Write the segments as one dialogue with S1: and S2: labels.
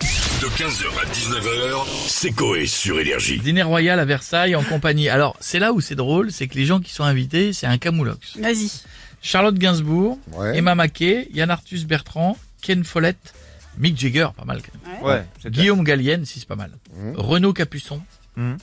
S1: De 15h à 19h, c'est Coé sur Énergie.
S2: Dîner royal à Versailles en compagnie. Alors, c'est là où c'est drôle, c'est que les gens qui sont invités, c'est un camoulox.
S3: Vas-y.
S2: Charlotte Gainsbourg,
S4: Ouais.
S2: Emma Maquet, Yann Arthus Bertrand, Ken Follett, Mick Jagger, pas mal. quand même.
S4: Ouais,
S2: Guillaume Gallienne, si c'est pas mal.
S4: Mhm.
S2: Renaud Capuçon.
S4: Mhm.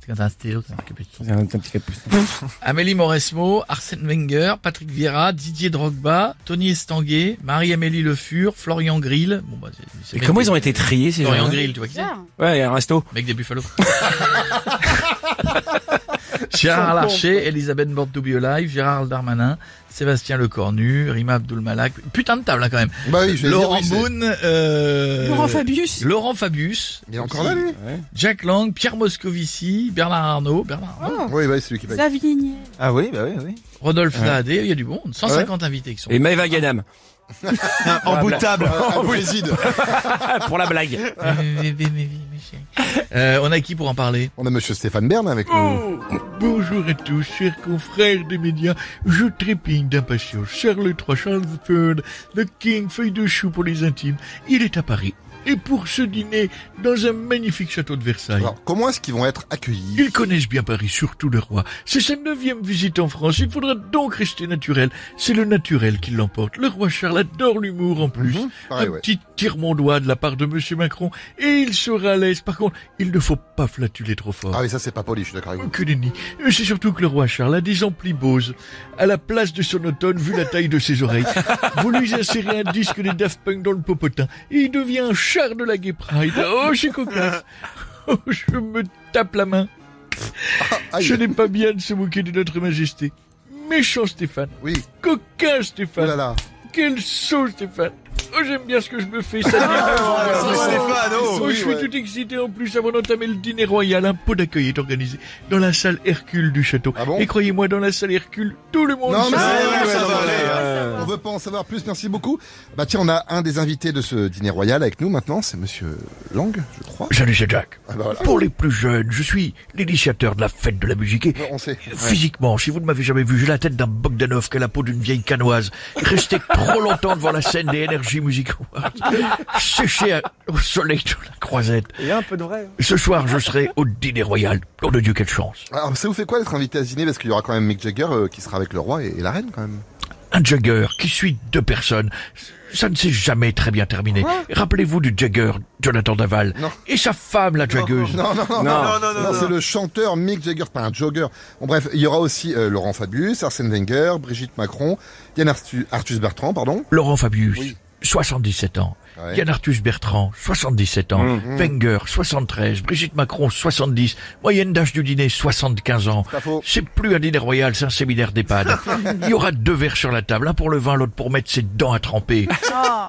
S2: C'est quand t'as un stylo, t'as un Capuçon.
S4: un petit
S2: Amélie Mauresmo, Arsène Wenger, Patrick Vieira, Didier Drogba, Tony Estanguet, Marie-Amélie Le Fur, Florian Grill. Bon, bah, c'est- c'est
S5: Et
S2: mec
S5: comment
S2: des-
S5: ils ont été triés ces gens
S2: Florian Grill, tu vois qui c'est
S5: Ouais, il y a un resto.
S2: Mec des Buffalo. Gérard Larcher, Elisabeth Bordeaux Live, Gérard Darmanin, Sébastien Lecornu, Rima Abdulmalak. Putain de table hein, quand même.
S4: Bah oui, je vais
S2: Laurent
S4: dire, oui,
S2: Boone, euh,
S3: Laurent Fabius.
S2: Laurent Fabius,
S4: c'est- Il est encore là, lui
S2: Jack Lang, Pierre Moscovici, Bernard Arnault, Bernard Arnault,
S4: Oui, bah, c'est lui qui paye.
S3: Xavier Niel.
S6: Ah oui, bah oui, oui.
S2: Rodolphe Saadé, il y a du monde. 150 invités qui sont.
S5: Et Maëva Ganam.
S6: en bout de table.
S4: Ah, vous préside.
S5: Ah, pour la blague.
S2: Euh, on a qui pour en parler
S4: On a monsieur Stéphane Bern avec nous.
S2: Oh. Bonjour à tous, chers confrères des médias. Je trépigne d'impatience. Charles III, Charles III, le King, feuille de chou pour les intimes. Il est à Paris. Et pour ce dîner dans un magnifique château de Versailles.
S4: Alors, comment est-ce qu'ils vont être accueillis
S2: Ils connaissent bien Paris, surtout le roi. C'est sa neuvième visite en France. Il faudra donc rester naturel. C'est le naturel qui l'emporte. Le roi Charles adore l'humour en plus.
S4: Pareil,
S2: un
S4: Mhm. Ah ouais.
S2: petit tir mon doigt de la part de Monsieur Macron et il sera à l'aise. Par contre, il ne faut pas flatuler trop fort.
S4: Ah oui, ça c'est pas poli, je suis d'accord avec vous.
S2: Que nenni. Euh, C'est surtout que le roi Charles a des amplis Bose à la place de son automne vu la taille de ses oreilles. Vous lui insérez un disque des Daft Punk dans le popotin et il devient un char de la Gay Pride. Oh, c'est cocasse. Oh, je me tape la main.
S4: Aïe.
S2: Je n'ai pas bien de se moquer de notre majesté. Méchant Stéphane.
S4: Oui,
S2: Coquin
S4: oh
S2: Stéphane.
S4: là là.
S2: Quelle sauce Stéphane. Oh, j'aime bien ce que je me fais. Ça
S4: Ah,
S2: démarre.
S6: Stéphane, oh.
S2: Oh, je suis
S4: ouais.
S2: tout excité en plus avant d'entamer le dîner royal. Un pot d'accueil est organisé dans la salle Hercule du château.
S4: Ah bon
S2: Et croyez-moi, dans la salle Hercule, tout le monde.
S4: Non, mais
S2: sait-
S4: c'est-
S6: ouais,
S4: ouais,
S6: ça
S4: non,
S6: va
S4: mais-
S6: aller,
S4: On veut pas en savoir plus, merci beaucoup. Bah tiens, on a un des invités de ce dîner royal avec nous maintenant, c'est monsieur Lang, je crois.
S2: Salut, c'est Jack.
S4: Ah bah voilà,
S2: Pour les plus jeunes, je suis l'initiateur de la fête de la musique et
S4: Ouais, on sait.
S2: Physiquement, si vous ne m'avez jamais vu, j'ai la tête d'un Bogdanov qui a la peau d'une vieille canoise. Resté trop longtemps devant la scène des Energy Music Awards. Séché à- au soleil de la croisette.
S6: Il y a un peu de vrai.
S2: Ce soir, je serai au dîner royal. Oh de Dieu, quelle chance.
S4: Alors, Ah, ça vous fait quoi d'être invité à ce dîner Parce qu'il y aura quand même Mick Jagger euh, qui sera avec le roi et, et la reine quand même.
S2: un Jagger qui suit deux personnes. Ça ne s'est jamais très bien terminé. Rappelez-vous du Jagger, Jonathan Daval,
S4: Ah. Non.
S2: et sa femme, la jaggeuse.
S4: Non, non, non,
S6: Non, non, non, non.
S4: c'est le chanteur Mick Jagger, c'est pas un jogger. Bon, bref, il y aura aussi euh, Laurent Fabius, Arsène Wenger, Brigitte Macron, Yann Arthus, Arthus Bertrand, pardon.
S2: Laurent Fabius,
S4: Oui. Eh.
S2: 77 ans.
S4: Ouais.
S2: Yann Arthus Bertrand, 77 ans.
S4: Mhm.
S2: Wenger, 73. Brigitte Macron, 70. Moyenne d'âge du dîner, 75 ans.
S4: Pas faux.
S2: C'est plus un dîner royal, c'est un séminaire d'EHPAD. Il y aura deux verres sur la table, un pour le vin, l'autre pour mettre ses dents à tremper.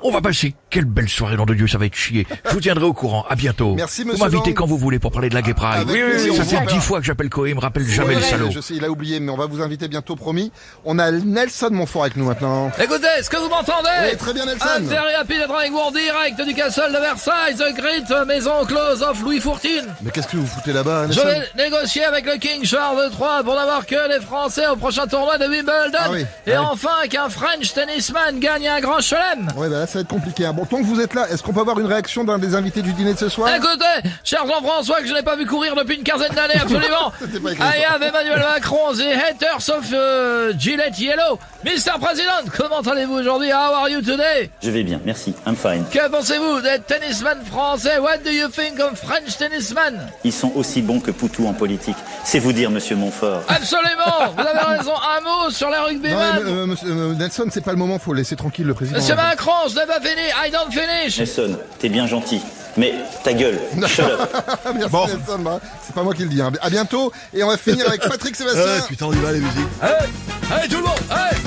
S2: On va passer quelle belle soirée, nom de Dieu, ça va être chier. Je vous tiendrai au courant. À bientôt.
S4: Merci,
S2: Vous
S4: monsieur
S2: m'invitez
S4: Lang.
S2: quand vous voulez pour parler de la Gay
S7: Ah,
S2: Pride.
S4: Avec Oui, Ah, oui, plaisir,
S2: Ça
S4: on vous
S2: fait
S4: rappelle.
S2: dix fois que j'appelle Coé, il me rappelle
S4: Ouais,
S2: jamais le
S4: je sais,
S2: salaud.
S4: Je sais, il a oublié, mais on va vous inviter bientôt, promis. On a Nelson Montfort avec nous maintenant.
S7: Écoutez, est-ce que vous m'entendez
S4: Oui, très bien, Nelson.
S7: Un ferry rapide à Dragon en direct du castle de Versailles, The Great Maison Close of Louis XIV.
S4: Mais qu'est-ce que vous foutez là-bas,
S7: Je
S4: Nelson
S7: vais négocier avec le King Charles III pour n'avoir que les Français au prochain tournoi de Wimbledon.
S4: Ah oui.
S7: Et enfin qu'un French tennisman gagne un grand chelem.
S4: Ouais, bah là, ça va être compliqué. hein. Bon, tant que vous êtes là, est-ce qu'on peut avoir une réaction d'un des invités du dîner de ce soir
S7: Écoutez, cher Jean-François, que je n'ai pas vu courir depuis une quinzaine d'années, absolument. Ah,
S4: C'était pas écrit, ça.
S7: I have Emmanuel Macron, the haters of euh, Gillette Yellow. Mr. President, comment allez-vous aujourd'hui? How are you today?
S8: Je vais bien, merci. I'm fine.
S7: Que pensez-vous des tennisman français What do you think of French tennisman
S8: Ils sont aussi bons que Poutou en politique. C'est vous dire, monsieur Montfort.
S7: Ah. Absolument Vous avez raison, un mot sur les
S4: Non, mais,
S7: rugbyman
S4: euh, monsieur- euh, Nelson, c'est pas le moment, faut laisser tranquille le président.
S7: Monsieur Macron, je n'ai pas fini, I don't finish
S8: Nelson, t'es bien gentil. Mais ta gueule, shut up.
S4: Merci,
S6: Bon.
S4: Nelson, bah, c'est pas moi qui le dis. hein. À bientôt, et on va finir avec Patrick Sébastien.
S6: on y va, les musiques.
S2: Allez tout le monde, allez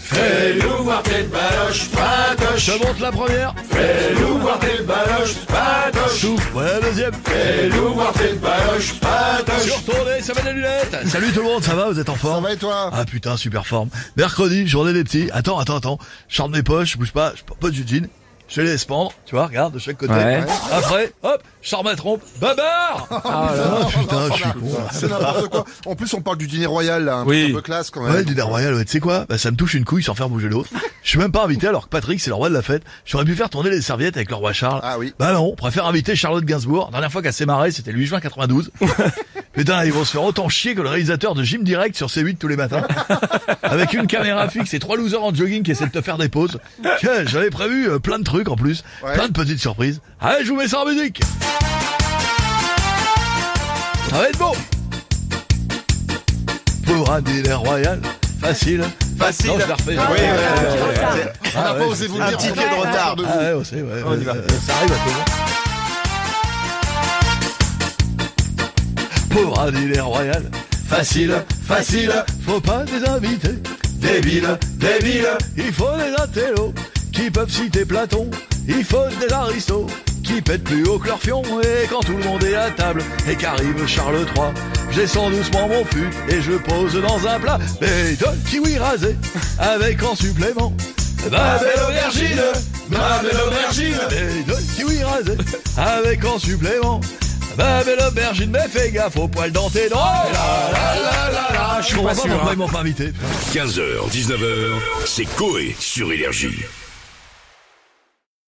S6: Fais-nous voir tes baloches, patoche.
S2: Je monte la première,
S6: Fais-nous voir tes baloches, patoche.
S2: souffle, ouais, la deuxième,
S6: Fais-nous voir tes baloches,
S2: je suis
S6: patoche.
S2: retourné, ça met la lunette Salut tout le monde, ça va, vous êtes en
S4: Ça
S2: forme
S4: va et toi
S2: Ah putain, super forme. Mercredi, journée des petits. Attends, attends, attends. Je sors de mes poches, je bouge pas, je porte pas de jean. je laisse pendre, tu vois, regarde, de chaque côté.
S5: Ouais.
S2: Après, hop, je sors ma trompe, babar Ah putain, je suis con.
S4: C'est n'importe quoi. En plus, on parle du dîner royal, là, un
S5: Oui.
S4: truc un peu classe quand même.
S2: Ouais, le dîner royal, ouais, tu sais quoi Bah ça me touche une couille sans faire bouger l'autre. Je suis même pas invité alors que Patrick c'est le roi de la fête. J'aurais pu faire tourner les serviettes avec le roi Charles.
S4: Ah oui.
S2: Bah non, on préfère inviter Charlotte Gainsbourg. La dernière fois qu'elle s'est marrée, c'était le 8 juin 92. Putain, ils vont se faire autant chier que le réalisateur de Gym Direct sur C8 tous les matins. Avec une caméra fixe et trois losers en jogging qui essaient de te faire des pauses. Tiens, J'avais prévu euh, plein de trucs en plus.
S4: Ouais.
S2: Plein de petites surprises. Allez, je vous mets ça en musique Ça va être beau Pour un dîner royal, facile, facile. Non, je la refais.
S4: Oui, ouais, ouais, ouais. On n'a
S2: Ah
S4: pas
S2: ouais,
S4: osé vous le
S3: Un
S4: dire.
S3: petit
S4: on a
S3: pied de
S4: pas
S3: retard.
S4: peur de vous.
S2: Ah ouais, on sait, ouais.
S5: On y va.
S2: Euh, Ça arrive à tout le monde. Pour un dîner royal, facile, facile, faut pas des invités. Débile, débile, il faut des intellos qui peuvent citer Platon. Il faut des aristos qui pètent plus haut que leur fion. Et quand tout le monde est à table et qu'arrive Charles III, j'escends doucement mon fût et je pose dans un plat des deux kiwis rasés avec en supplément. Ma belle aubergine, ma belle aubergine, des deux kiwis rasés avec en supplément. Ma belle aubergine, mais fais gaffe aux poils dans tes doigts. La, la, la, la, la. Je comprends pas pourquoi ils m'ont pas invité.
S1: 15h, 19h, c'est Coé sur Énergie.